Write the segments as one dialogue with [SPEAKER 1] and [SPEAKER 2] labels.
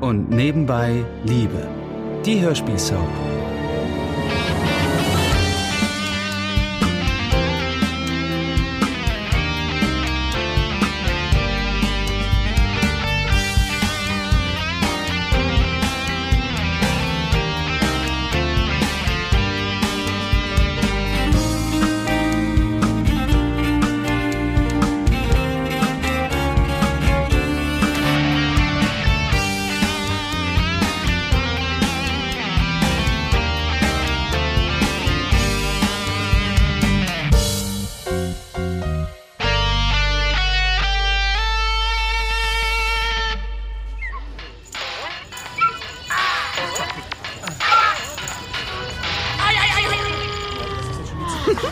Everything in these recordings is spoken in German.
[SPEAKER 1] und nebenbei Liebe. Die Hörspielsoap.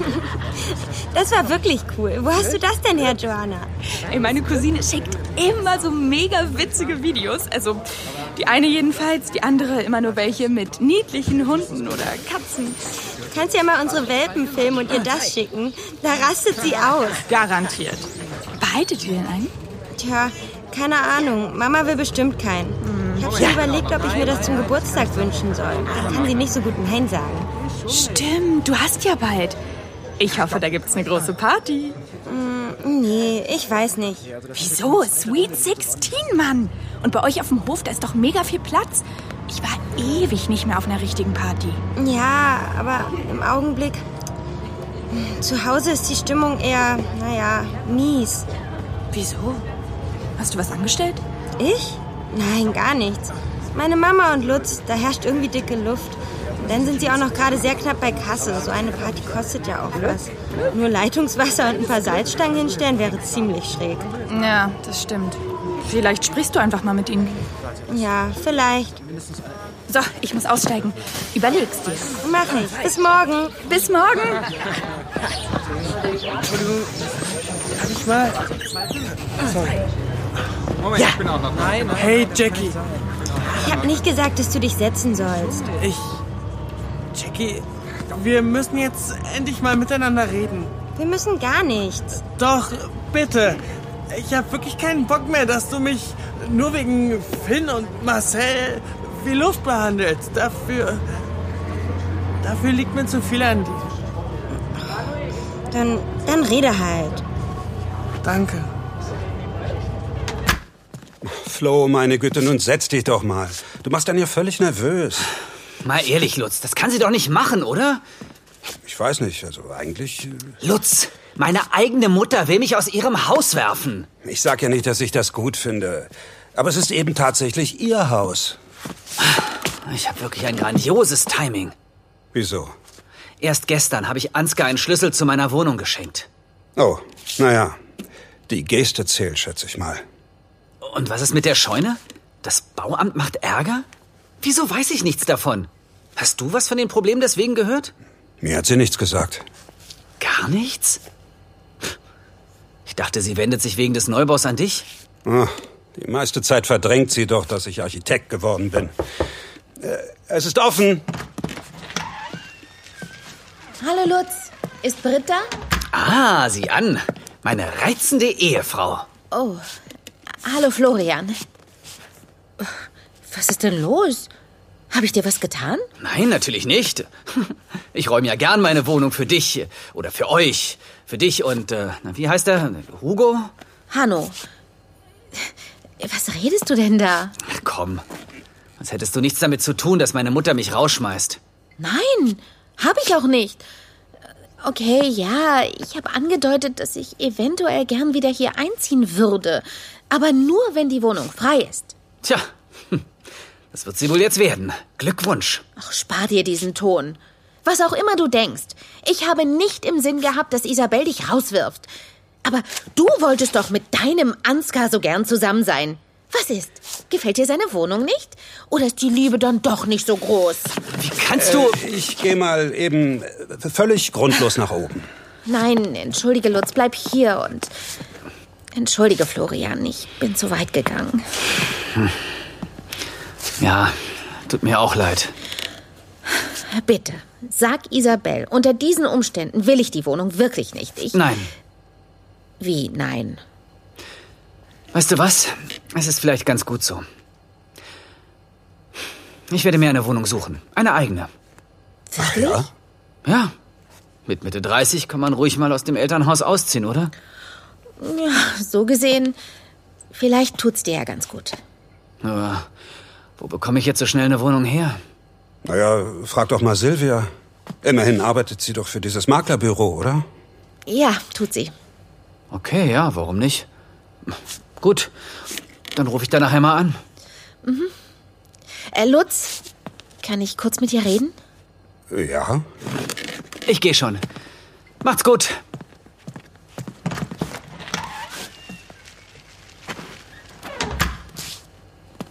[SPEAKER 2] Das war wirklich cool. Wo hast du das denn her, Joanna?
[SPEAKER 3] Ey, meine Cousine schickt immer so mega witzige Videos. Also die eine jedenfalls, die andere immer nur welche mit niedlichen Hunden oder Katzen.
[SPEAKER 2] Du kannst ja mal unsere Welpen filmen und ihr das schicken. Da rastet sie aus.
[SPEAKER 3] Garantiert. Behaltet ihr denn einen?
[SPEAKER 2] Tja, keine Ahnung. Mama will bestimmt keinen.
[SPEAKER 3] Hm.
[SPEAKER 2] Ich habe schon überlegt, ob ich mir das zum Geburtstag wünschen soll. Da kann sie nicht so gut Nein sagen.
[SPEAKER 3] Stimmt, du hast ja bald. Ich hoffe, da gibt's eine große Party.
[SPEAKER 2] Hm, Nee, ich weiß nicht.
[SPEAKER 3] Wieso? Sweet 16, Mann! Und bei euch auf dem Hof, da ist doch mega viel Platz. Ich war ewig nicht mehr auf einer richtigen Party.
[SPEAKER 2] Ja, aber im Augenblick. Zu Hause ist die Stimmung eher, naja, mies.
[SPEAKER 3] Wieso? Hast du was angestellt?
[SPEAKER 2] Ich? Nein, gar nichts. Meine Mama und Lutz, da herrscht irgendwie dicke Luft. Und dann sind sie auch noch gerade sehr knapp bei Kasse. So eine Party kostet ja auch was. Nur Leitungswasser und ein paar Salzstangen hinstellen wäre ziemlich schräg.
[SPEAKER 3] Ja, das stimmt. Vielleicht sprichst du einfach mal mit ihnen.
[SPEAKER 2] Ja, vielleicht.
[SPEAKER 3] So, ich muss aussteigen. Überlegst dir.
[SPEAKER 2] Mach ich. Bis morgen.
[SPEAKER 3] Bis morgen.
[SPEAKER 4] Moment, ich bin auch noch. Nein, Hey Jackie,
[SPEAKER 2] Ich habe nicht gesagt, dass du dich setzen sollst.
[SPEAKER 4] ich. Jackie, wir müssen jetzt endlich mal miteinander reden.
[SPEAKER 2] Wir müssen gar nichts.
[SPEAKER 4] Doch, bitte. Ich habe wirklich keinen Bock mehr, dass du mich nur wegen Finn und Marcel wie Luft behandelst. Dafür. Dafür liegt mir zu viel an dir.
[SPEAKER 2] Dann, dann rede halt.
[SPEAKER 4] Danke.
[SPEAKER 5] Flo, meine Güte, nun setz dich doch mal. Du machst dann ja völlig nervös.
[SPEAKER 6] Mal ehrlich, Lutz, das kann sie doch nicht machen, oder?
[SPEAKER 5] Ich weiß nicht, also eigentlich.
[SPEAKER 6] Lutz, meine eigene Mutter will mich aus ihrem Haus werfen.
[SPEAKER 5] äh, Ich sag ja nicht, dass ich das gut finde. Aber es ist eben tatsächlich ihr Haus.
[SPEAKER 6] Ich habe wirklich ein grandioses Timing.
[SPEAKER 5] Wieso?
[SPEAKER 6] Erst gestern habe ich Ansgar einen Schlüssel zu meiner Wohnung geschenkt.
[SPEAKER 5] Oh, naja. Die Geste zählt, schätze ich mal.
[SPEAKER 6] Und was ist mit der Scheune? Das Bauamt macht Ärger? Wieso weiß ich nichts davon? Hast du was von den Problemen deswegen gehört?
[SPEAKER 5] Mir hat sie nichts gesagt.
[SPEAKER 6] Gar nichts? Ich dachte, sie wendet sich wegen des Neubaus an dich.
[SPEAKER 5] Ah, die meiste Zeit verdrängt sie doch, dass ich Architekt geworden bin. Äh, Es ist offen.
[SPEAKER 7] Hallo Lutz, ist Britt da?
[SPEAKER 6] Ah, sieh an. Meine reizende Ehefrau.
[SPEAKER 7] Oh, hallo Florian. Was ist denn los? Habe ich dir was getan?
[SPEAKER 6] Nein, natürlich nicht. Ich räume ja gern meine Wohnung für dich oder für euch. Für dich und, äh, na, wie heißt er? Hugo?
[SPEAKER 7] Hanno, was redest du denn da?
[SPEAKER 6] Ach komm, sonst hättest du nichts damit zu tun, dass meine Mutter mich rausschmeißt.
[SPEAKER 7] Nein, habe ich auch nicht. Okay, ja, ich habe angedeutet, dass ich eventuell gern wieder hier einziehen würde. Aber nur, wenn die Wohnung frei ist.
[SPEAKER 6] Tja, hm, das wird sie wohl jetzt werden. Glückwunsch.
[SPEAKER 7] Ach, spar dir diesen Ton. Was auch immer du denkst. Ich habe nicht im Sinn gehabt, dass Isabel dich rauswirft. Aber du wolltest doch mit deinem Ansgar so gern zusammen sein. Was ist? Gefällt dir seine Wohnung nicht? Oder ist die Liebe dann doch nicht so groß? Äh,
[SPEAKER 6] Wie kannst du...
[SPEAKER 5] Äh, Ich gehe mal eben äh, völlig grundlos nach oben.
[SPEAKER 7] Nein, entschuldige Lutz, bleib hier und entschuldige Florian, ich bin zu weit gegangen.
[SPEAKER 6] Ja, tut mir auch leid.
[SPEAKER 7] Bitte, sag Isabel, unter diesen Umständen will ich die Wohnung wirklich nicht. Ich
[SPEAKER 6] Nein,
[SPEAKER 7] wie nein.
[SPEAKER 6] Weißt du was? Es ist vielleicht ganz gut so. Ich werde mir eine Wohnung suchen. Eine eigene.
[SPEAKER 5] Ach ja?
[SPEAKER 6] Ja. Mit Mitte 30 kann man ruhig mal aus dem Elternhaus ausziehen, oder?
[SPEAKER 7] So gesehen, vielleicht tut's dir ja ganz gut.
[SPEAKER 6] Aber wo bekomme ich jetzt so schnell eine Wohnung her?
[SPEAKER 5] Naja, frag doch mal Silvia. Immerhin arbeitet sie doch für dieses Maklerbüro, oder?
[SPEAKER 7] Ja, tut sie.
[SPEAKER 6] Okay, ja, warum nicht? Gut, dann rufe ich da nachher mal an.
[SPEAKER 7] Mhm. Äh, Lutz, kann ich kurz mit dir reden?
[SPEAKER 5] Ja.
[SPEAKER 6] Ich gehe schon. Macht's gut.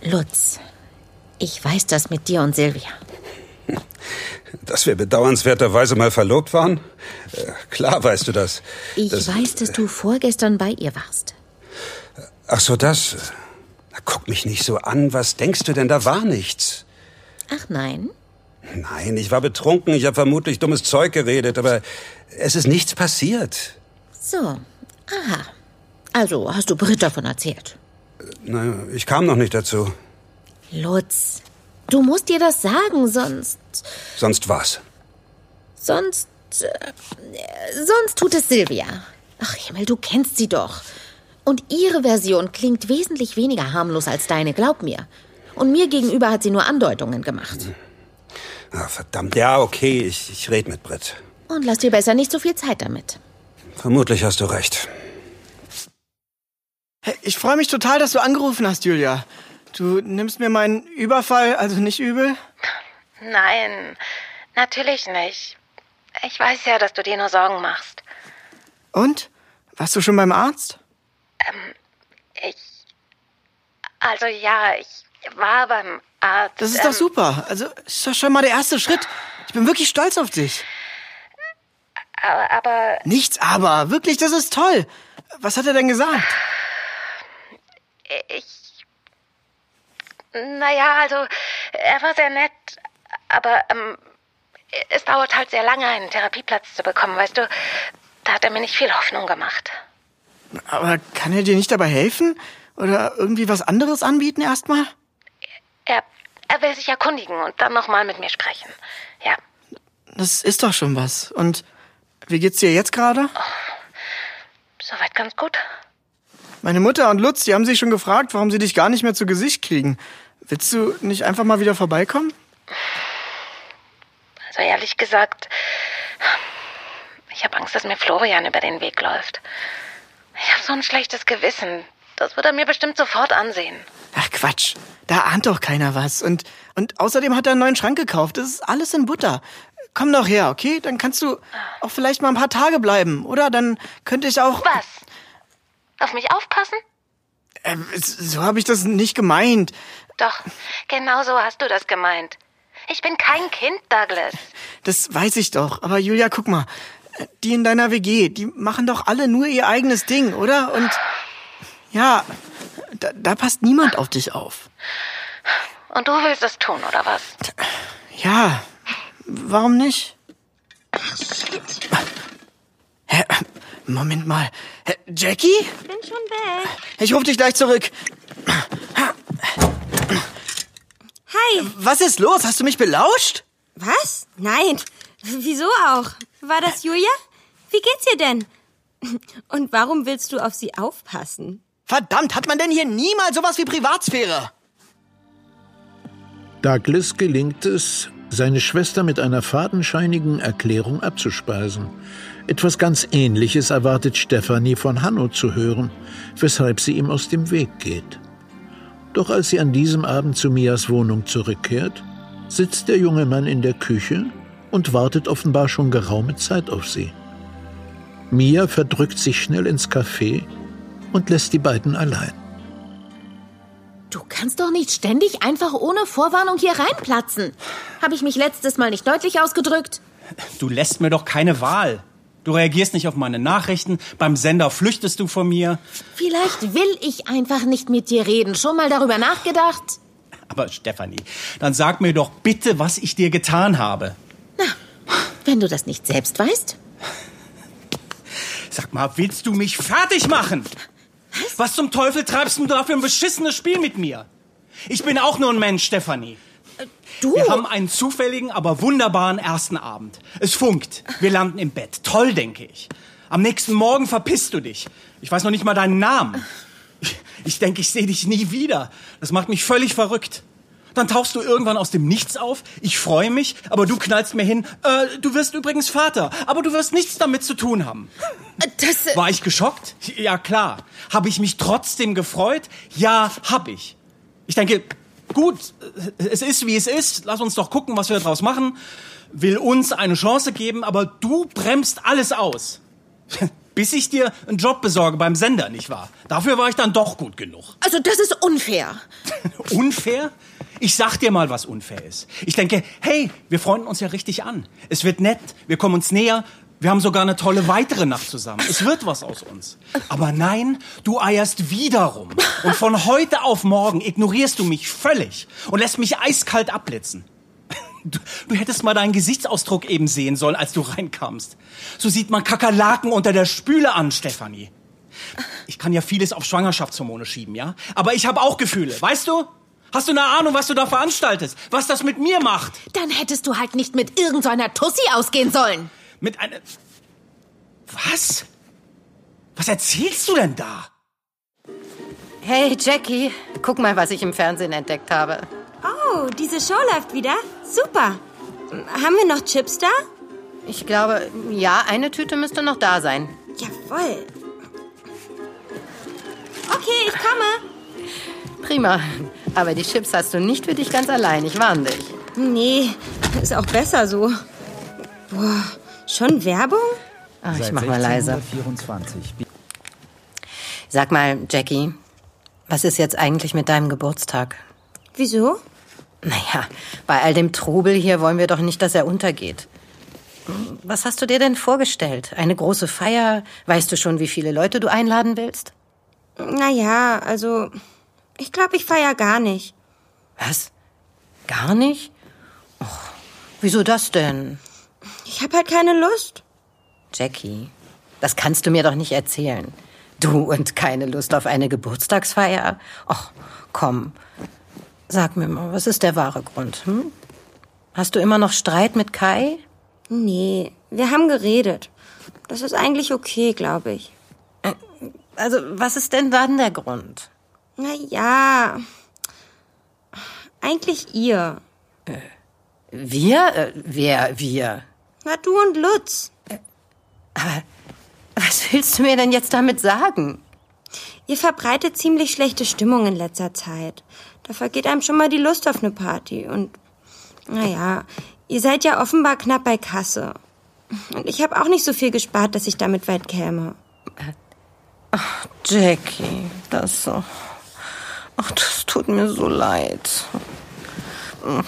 [SPEAKER 7] Lutz, ich weiß das mit dir und Silvia.
[SPEAKER 5] Dass wir bedauernswerterweise mal verlobt waren? Äh, klar weißt du das.
[SPEAKER 7] Ich
[SPEAKER 5] das
[SPEAKER 7] weiß, dass du vorgestern bei ihr warst.
[SPEAKER 5] Ach so, das. äh, Na, guck mich nicht so an. Was denkst du denn? Da war nichts.
[SPEAKER 7] Ach nein?
[SPEAKER 5] Nein, ich war betrunken. Ich habe vermutlich dummes Zeug geredet, aber es ist nichts passiert.
[SPEAKER 7] So, aha. Also hast du Britt davon erzählt.
[SPEAKER 5] Na, ich kam noch nicht dazu.
[SPEAKER 7] Lutz, du musst dir das sagen, sonst.
[SPEAKER 5] Sonst was?
[SPEAKER 7] Sonst. Äh, sonst tut es Silvia. Ach Himmel, du kennst sie doch. Und ihre Version klingt wesentlich weniger harmlos als deine, glaub mir. Und mir gegenüber hat sie nur Andeutungen gemacht.
[SPEAKER 5] Ah, verdammt. Ja, okay, ich, ich rede mit Britt.
[SPEAKER 7] Und lass dir besser nicht so viel Zeit damit.
[SPEAKER 5] Vermutlich hast du recht.
[SPEAKER 4] Hey, Ich freue mich total, dass du angerufen hast, Julia. Du nimmst mir meinen Überfall also nicht übel?
[SPEAKER 8] Nein, natürlich nicht. Ich weiß ja, dass du dir nur Sorgen machst.
[SPEAKER 4] Und? Warst du schon beim Arzt?
[SPEAKER 8] Ähm, Ich. Also ja, ich war beim Arzt. ähm,
[SPEAKER 4] Das ist doch super. Also ist doch schon mal der erste Schritt. Ich bin wirklich stolz auf dich.
[SPEAKER 8] Aber, aber
[SPEAKER 4] Nichts aber. Wirklich, das ist toll. Was hat er denn gesagt?
[SPEAKER 8] ich. Naja, also, er war sehr nett, aber ähm, es dauert halt sehr lange, einen Therapieplatz zu bekommen, weißt du. Da hat er mir nicht viel Hoffnung gemacht.
[SPEAKER 4] Aber kann er dir nicht dabei helfen? Oder irgendwie was anderes anbieten erstmal?
[SPEAKER 8] Er, er will sich erkundigen und dann nochmal mit mir sprechen. Ja,
[SPEAKER 4] Das ist doch schon was. Und wie geht's dir jetzt gerade?
[SPEAKER 8] soweit ganz gut.
[SPEAKER 4] Meine Mutter und Lutz, die haben sich schon gefragt, warum sie dich gar nicht mehr zu Gesicht kriegen. Willst du nicht einfach mal wieder vorbeikommen?
[SPEAKER 8] Also ehrlich gesagt, ich habe Angst, dass mir Florian über den Weg läuft. Ich habe so ein schlechtes Gewissen. Das wird er mir bestimmt sofort ansehen.
[SPEAKER 4] Ach Quatsch, da ahnt doch keiner was. Und, und außerdem hat er einen neuen Schrank gekauft. Das ist alles in Butter. Komm doch her, okay? Dann kannst du auch vielleicht mal ein paar Tage bleiben, oder? Dann könnte ich auch.
[SPEAKER 8] Was? Auf mich aufpassen?
[SPEAKER 4] Ähm, so habe ich das nicht gemeint.
[SPEAKER 8] Doch, genau so hast du das gemeint. Ich bin kein Kind, Douglas.
[SPEAKER 4] Das weiß ich doch. Aber Julia, guck mal. Äh, Die in deiner WG, die machen doch alle nur ihr eigenes Ding, oder? Und ja, da, da passt niemand auf dich auf.
[SPEAKER 8] Und du willst es tun, oder was?
[SPEAKER 4] Ja, warum nicht? Hä? Moment mal. Hä, Jackie?
[SPEAKER 2] Bin schon weg.
[SPEAKER 4] Ich rufe dich gleich zurück.
[SPEAKER 2] Hi.
[SPEAKER 4] Was ist los? Hast du mich belauscht?
[SPEAKER 2] Was? Nein. Wieso auch? War das Julia? Wie geht's ihr denn? Und warum willst du auf sie aufpassen?
[SPEAKER 4] Verdammt, hat man denn hier niemals sowas wie Privatsphäre?
[SPEAKER 9] Douglas gelingt es, seine Schwester mit einer fadenscheinigen Erklärung abzuspeisen. Etwas ganz Ähnliches erwartet Stephanie von Hanno zu hören, weshalb sie ihm aus dem Weg geht. Doch als sie an diesem Abend zu Mias Wohnung zurückkehrt, sitzt der junge Mann in der Küche und wartet offenbar schon geraume Zeit auf sie. Mia verdrückt sich schnell ins Café und lässt die beiden allein.
[SPEAKER 7] Du kannst doch nicht ständig einfach ohne Vorwarnung hier reinplatzen. Habe ich mich letztes Mal nicht deutlich ausgedrückt?
[SPEAKER 10] Du lässt mir doch keine Wahl. Du reagierst nicht auf meine Nachrichten. Beim Sender flüchtest du von mir.
[SPEAKER 7] Vielleicht will ich einfach nicht mit dir reden. Schon mal darüber nachgedacht?
[SPEAKER 10] Aber Stefanie, dann sag mir doch bitte, was ich dir getan habe.
[SPEAKER 7] Wenn du das nicht selbst weißt?
[SPEAKER 10] Sag mal, willst du mich fertig machen? Was, zum Teufel treibst du da für ein beschissenes Spiel mit mir? Ich bin auch nur ein Mensch, Stefanie.
[SPEAKER 7] Äh, Du?
[SPEAKER 10] Wir haben einen zufälligen, aber wunderbaren ersten Abend. Es funkt. Wir landen im Bett. Toll, denke ich. Am nächsten Morgen verpisst du dich. Ich weiß noch nicht mal deinen Namen. Ich- Ich denke, ich sehe dich nie wieder. Das macht mich völlig verrückt. Dann tauchst du irgendwann aus dem Nichts auf. Ich freue mich, aber du knallst mir hin. Äh, du wirst übrigens Vater, aber du wirst nichts damit zu tun haben.
[SPEAKER 7] Das,
[SPEAKER 10] War ich geschockt? Ja, klar. Habe ich mich trotzdem gefreut? Ja, hab ich. Ich denke, gut, äh, es ist wie es ist. Lass uns doch gucken, was wir daraus machen. Will uns eine Chance geben, aber du bremst alles aus. Bis ich dir einen Job besorge beim Sender, nicht wahr? Dafür war ich dann doch gut genug.
[SPEAKER 7] also das ist unfair.
[SPEAKER 10] Unfair? Ich sag dir mal, was unfair ist. Ich denke, hey, wir freunden uns ja richtig an. Es wird nett, wir kommen uns näher, wir haben sogar eine tolle weitere Nacht zusammen. Es wird was aus uns. Aber nein, du eierst wiederum. Und von heute auf morgen ignorierst du mich völlig und lässt mich eiskalt abblitzen. Du, du hättest mal deinen Gesichtsausdruck eben sehen sollen, als du reinkamst. So sieht man Kakerlaken unter der Spüle an, Stefanie. Ich kann ja vieles auf Schwangerschaftshormone schieben, ja? Aber ich habe auch Gefühle, weißt du? Hast du eine Ahnung, was du da veranstaltest? Was das mit mir macht?
[SPEAKER 7] Dann hättest du halt nicht mit irgendeiner Tussi ausgehen sollen.
[SPEAKER 10] Mit einer... Was? Was erzählst du denn da?
[SPEAKER 11] Hey Jackie, guck mal, was ich im Fernsehen entdeckt habe.
[SPEAKER 2] Oh, diese Show läuft wieder. Super. Haben wir noch Chips da?
[SPEAKER 11] Ich glaube, ja, eine Tüte müsste noch da sein.
[SPEAKER 2] Jawohl. Okay, ich komme.
[SPEAKER 11] Prima. Aber die Chips hast du nicht für dich ganz allein. Ich warne dich.
[SPEAKER 2] Nee, ist auch besser so. Boah, schon Werbung?
[SPEAKER 11] Ach, Ah, ich mach mal leise. Sag mal, Jackie, was ist jetzt eigentlich mit deinem Geburtstag?
[SPEAKER 2] Wieso?
[SPEAKER 11] Naja, bei all dem Trubel hier wollen wir doch nicht, dass er untergeht. Was hast du dir denn vorgestellt? Eine große Feier? Weißt du schon, wie viele Leute du einladen willst?
[SPEAKER 2] Naja, also, ich glaube, ich feier gar nicht.
[SPEAKER 11] Was? Gar nicht? Och, wieso das denn?
[SPEAKER 2] Ich habe halt keine Lust.
[SPEAKER 11] Jackie, das kannst du mir doch nicht erzählen. Du und keine Lust auf eine Geburtstagsfeier? Och, komm. Sag mir mal, was ist der wahre Grund? Hm? Hast du immer noch Streit mit Kai?
[SPEAKER 2] Nee, wir haben geredet. Das ist eigentlich okay, glaube ich. Äh,
[SPEAKER 11] Also, was ist denn dann der Grund?
[SPEAKER 2] Naja, eigentlich ihr.
[SPEAKER 11] Wir? Äh, wer, wir?
[SPEAKER 2] Na, du und Lutz.
[SPEAKER 11] Äh, Was willst du mir denn jetzt damit sagen?
[SPEAKER 2] Ihr verbreitet ziemlich schlechte Stimmung in letzter Zeit. Da vergeht einem schon mal die Lust auf eine Party. Und naja, ihr seid ja offenbar knapp bei Kasse. Und ich habe auch nicht so viel gespart, dass ich damit weit käme.
[SPEAKER 11] Jackie, das so. Ach, das tut mir so leid. Hm.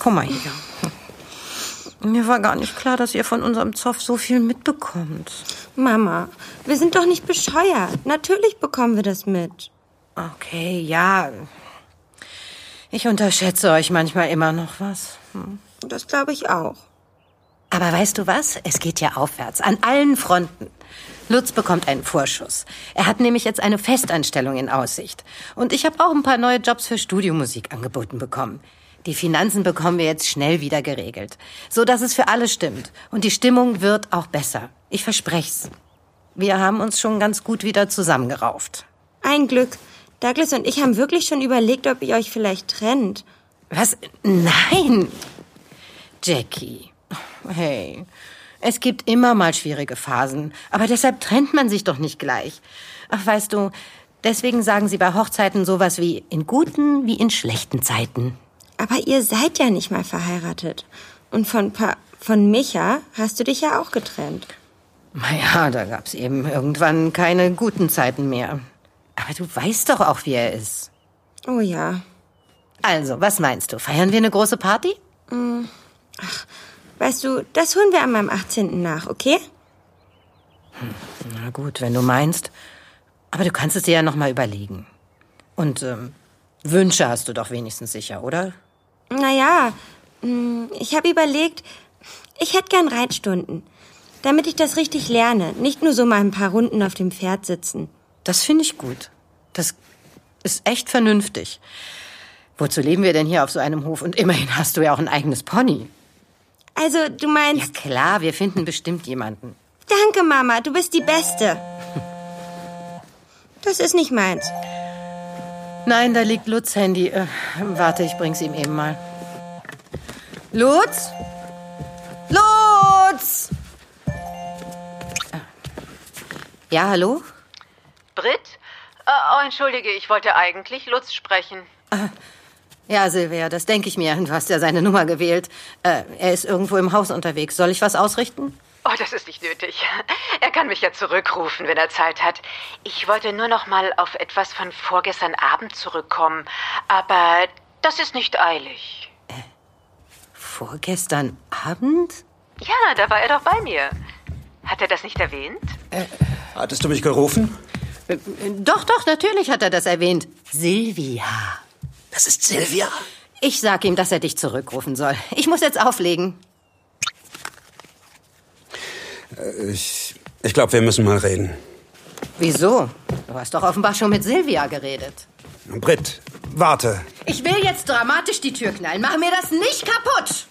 [SPEAKER 11] Komm mal hier. Hm. Mir war gar nicht klar, dass ihr von unserem Zoff so viel mitbekommt.
[SPEAKER 2] Mama, wir sind doch nicht bescheuert. Natürlich bekommen wir das mit.
[SPEAKER 11] Okay, ja. Ich unterschätze euch manchmal immer noch was. Hm.
[SPEAKER 2] Das glaube ich auch.
[SPEAKER 11] Aber weißt du was? Es geht ja aufwärts, an allen Fronten. Lutz bekommt einen Vorschuss. Er hat nämlich jetzt eine Festanstellung in Aussicht. Und ich habe auch ein paar neue Jobs für Studiomusik angeboten bekommen. Die Finanzen bekommen wir jetzt schnell wieder geregelt, so dass es für alle stimmt. Und die Stimmung wird auch besser. Ich verspreche's. Wir haben uns schon ganz gut wieder zusammengerauft.
[SPEAKER 2] Ein Glück. Douglas und ich haben wirklich schon überlegt, ob ihr euch vielleicht trennt.
[SPEAKER 11] Was? Nein! Jackie. Hey. Es gibt immer mal schwierige Phasen, aber deshalb trennt man sich doch nicht gleich. Ach, weißt du, deswegen sagen sie bei Hochzeiten sowas wie in guten wie in schlechten Zeiten.
[SPEAKER 2] Aber ihr seid ja nicht mal verheiratet. Und von pa von Micha hast du dich ja auch getrennt.
[SPEAKER 11] Naja, da gab's eben irgendwann keine guten Zeiten mehr. Aber du weißt doch auch, wie er ist.
[SPEAKER 2] Oh ja.
[SPEAKER 11] Also, was meinst du? Feiern wir eine große Party?
[SPEAKER 2] Mm. Weißt du, das holen wir an meinem 18. nach, okay?
[SPEAKER 11] Hm, Na gut, wenn du meinst. Aber du kannst es dir ja noch mal überlegen. Und ähm, Wünsche hast du doch wenigstens sicher, oder?
[SPEAKER 2] Naja, mh, mm, ich habe überlegt, ich hätte gern Reitstunden. Damit ich das richtig lerne. Nicht nur so mal ein paar Runden auf dem Pferd sitzen.
[SPEAKER 11] Das finde ich gut. Das ist echt vernünftig. Wozu leben wir denn hier auf so einem Hof? Und immerhin hast du ja auch ein eigenes Pony.
[SPEAKER 2] Also, du meinst.
[SPEAKER 11] Ja, klar, wir finden bestimmt jemanden.
[SPEAKER 2] Danke, Mama, du bist die Beste. Das ist nicht meins.
[SPEAKER 11] Nein, da liegt Lutz Handy. Äh, warte, ich bring's ihm eben mal. Lutz? Lutz! Ah. Ja, hallo?
[SPEAKER 12] Britt? Äh, Oh, entschuldige, ich wollte eigentlich Lutz sprechen.
[SPEAKER 11] Ja, Silvia, das denke ich mir. Du hast ja seine Nummer gewählt. Äh, er ist irgendwo im Haus unterwegs. Soll ich was ausrichten?
[SPEAKER 12] Oh, das ist nicht nötig. Er kann mich ja zurückrufen, wenn er Zeit hat. Ich wollte nur noch mal auf etwas von vorgestern Abend zurückkommen, aber das ist nicht eilig.
[SPEAKER 11] Vorgestern Abend?
[SPEAKER 12] Ja, da war er doch bei mir. Hat er das nicht erwähnt?
[SPEAKER 5] Hattest du mich gerufen?
[SPEAKER 11] Äh, Doch, doch, natürlich hat er das erwähnt. Silvia. Das ist Silvia? Ich sag ihm, dass er dich zurückrufen soll. Ich muss jetzt auflegen.
[SPEAKER 5] Äh, Ich, ich glaube, wir müssen mal reden.
[SPEAKER 11] Wieso? Du hast doch offenbar schon mit Silvia geredet.
[SPEAKER 5] Britt, warte.
[SPEAKER 11] Ich will jetzt dramatisch die Tür knallen. Mach mir das nicht kaputt.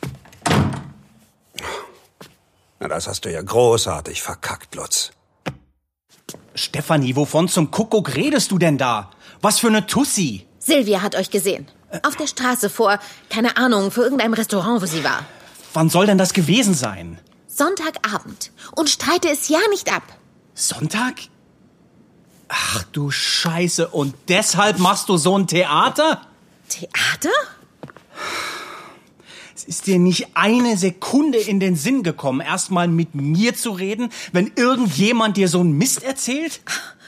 [SPEAKER 5] Na, das hast du ja großartig verkackt, Lutz.
[SPEAKER 10] Stefanie, wovon zum Kuckuck redest du denn da? Was für eine Tussi?
[SPEAKER 7] Silvia hat euch gesehen. Auf der Straße vor, keine Ahnung, vor irgendeinem Restaurant, wo sie war.
[SPEAKER 10] Wann soll denn das gewesen sein?
[SPEAKER 7] Sonntagabend. Und streite es ja nicht ab.
[SPEAKER 10] Sonntag? Ach du Scheiße, und deshalb machst du so ein Theater?
[SPEAKER 7] Theater?
[SPEAKER 10] Es ist dir nicht eine Sekunde in den Sinn gekommen, erstmal mit mir zu reden, wenn irgendjemand dir so einen Mist erzählt?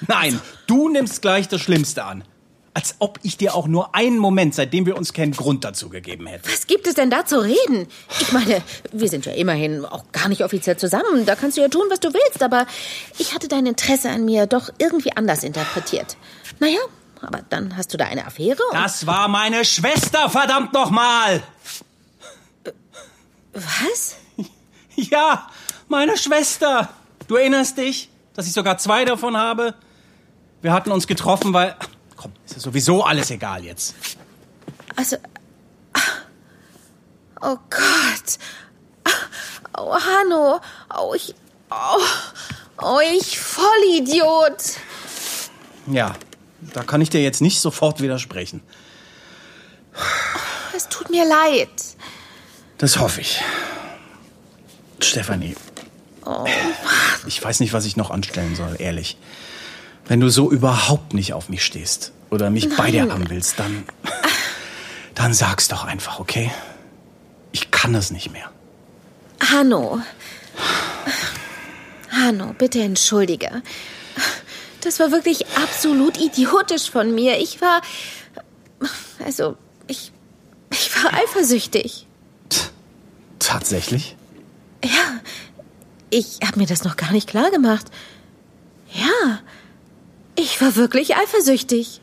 [SPEAKER 10] Nein, du nimmst gleich das Schlimmste an. Als ob ich dir auch nur einen Moment, seitdem wir uns kennen, Grund dazu gegeben hätte.
[SPEAKER 7] Was gibt es denn da zu reden? Ich meine, wir sind ja immerhin auch gar nicht offiziell zusammen. Da kannst du ja tun, was du willst. Aber ich hatte dein Interesse an mir doch irgendwie anders interpretiert. Naja, aber dann hast du da eine Affäre. Und
[SPEAKER 10] Das war meine Schwester, verdammt nochmal!
[SPEAKER 7] Was?
[SPEAKER 10] Ja, meine Schwester. Du erinnerst dich, dass ich sogar zwei davon habe? Wir hatten uns getroffen, weil... Ach, Komm, ist ja sowieso alles egal jetzt.
[SPEAKER 7] Also. Oh Gott. Oh, Hanno. Oh, ich. Oh, oh ich Vollidiot.
[SPEAKER 10] Ja, da kann ich dir jetzt nicht sofort widersprechen.
[SPEAKER 7] Es tut mir leid.
[SPEAKER 10] Das hoffe ich. Stefanie. Ich weiß nicht, was ich noch anstellen soll, ehrlich. Wenn du so überhaupt nicht auf mich stehst oder mich bei dir
[SPEAKER 7] Nein.
[SPEAKER 10] haben willst, dann. Dann sag's doch einfach, okay? Ich kann das nicht mehr.
[SPEAKER 7] Hanno. Hanno, bitte entschuldige. Das war wirklich absolut idiotisch von mir. Ich war. Also, ich. Ich war eifersüchtig.
[SPEAKER 10] Tatsächlich?
[SPEAKER 7] Ja. Ich habe mir das noch gar nicht klar gemacht. Ja. Ich war wirklich eifersüchtig.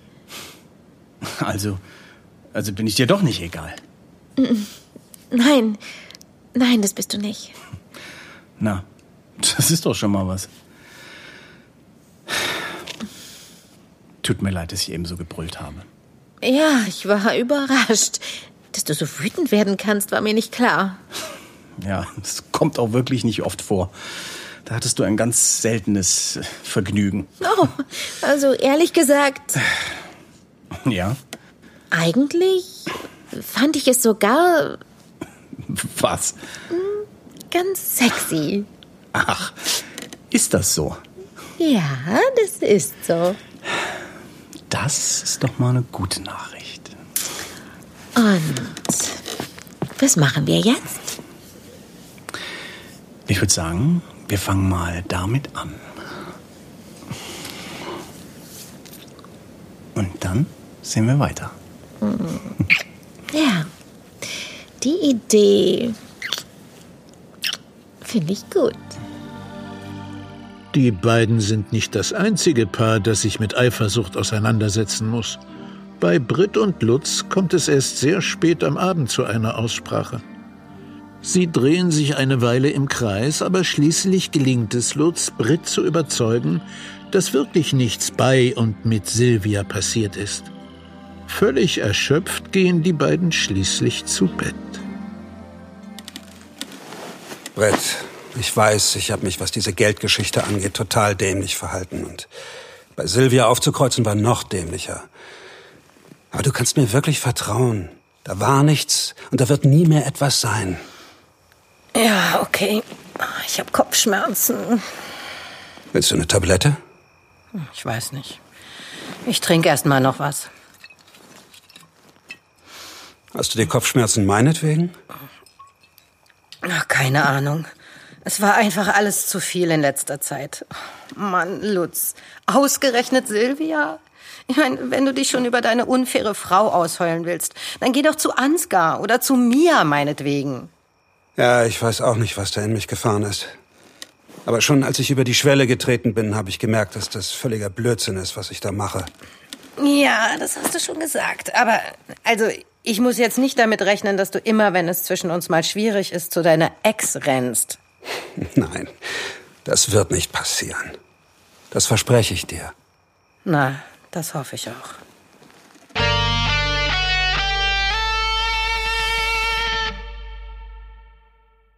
[SPEAKER 10] Also. Also bin ich dir doch nicht egal.
[SPEAKER 7] Mm-mm. Nein. Nein, das bist du nicht.
[SPEAKER 10] Na, das ist doch schon mal was. Tut mir leid, dass ich eben so gebrüllt habe.
[SPEAKER 7] Ja, ich war überrascht. Dass du so wütend werden kannst, war mir nicht klar.
[SPEAKER 10] Ja, das kommt auch wirklich nicht oft vor. Da hattest du ein ganz seltenes äh, Vergnügen.
[SPEAKER 7] Oh, also ehrlich gesagt,
[SPEAKER 10] Ja?
[SPEAKER 7] eigentlich fand ich es sogar
[SPEAKER 10] Was?
[SPEAKER 7] ganz sexy.
[SPEAKER 10] Ach, ist das so?
[SPEAKER 7] Ja, das ist so.
[SPEAKER 10] Das ist doch mal eine gute Nachricht.
[SPEAKER 7] Und was machen wir jetzt?
[SPEAKER 10] Ich würde sagen, wir fangen mal damit an. Und dann sehen wir weiter.
[SPEAKER 7] Ja, die Idee finde ich gut.
[SPEAKER 9] Die beiden sind nicht das einzige Paar, das sich mit Eifersucht auseinandersetzen muss. Bei Britt und Lutz kommt es erst sehr spät am Abend zu einer Aussprache. Sie drehen sich eine Weile im Kreis, aber schließlich gelingt es Lutz, Britt zu überzeugen, dass wirklich nichts bei und mit Silvia passiert ist. Völlig erschöpft gehen die beiden schließlich zu Bett.
[SPEAKER 5] Brett, ich weiß, ich habe mich, was diese Geldgeschichte angeht, total dämlich verhalten. Und bei Silvia aufzukreuzen war noch dämlicher. Aber du kannst mir wirklich vertrauen. Da war nichts und da wird nie mehr etwas sein.
[SPEAKER 11] Ja, okay. Ich habe Kopfschmerzen.
[SPEAKER 5] Willst du eine Tablette?
[SPEAKER 11] Ich weiß nicht. Ich trinke erst mal noch was.
[SPEAKER 5] Hast du die Kopfschmerzen meinetwegen?
[SPEAKER 11] Ach, keine Ahnung. Es war einfach alles zu viel in letzter Zeit. Mann, Lutz. Ausgerechnet Silvia? Ich meine, wenn du dich schon über deine unfaire Frau ausheulen willst, dann geh doch zu Ansgar oder zu Mia meinetwegen.
[SPEAKER 5] Ja, ich weiß auch nicht, was da in mich gefahren ist. Aber schon als ich über die Schwelle getreten bin, habe ich gemerkt, dass das völliger Blödsinn ist, was ich da mache.
[SPEAKER 11] Ja, das hast du schon gesagt. Aber also, ich muss jetzt nicht damit rechnen, dass du immer, wenn es zwischen uns mal schwierig ist, zu deiner Ex rennst.
[SPEAKER 5] Nein, das wird nicht passieren. Das verspreche ich dir.
[SPEAKER 11] Na, das hoffe ich auch.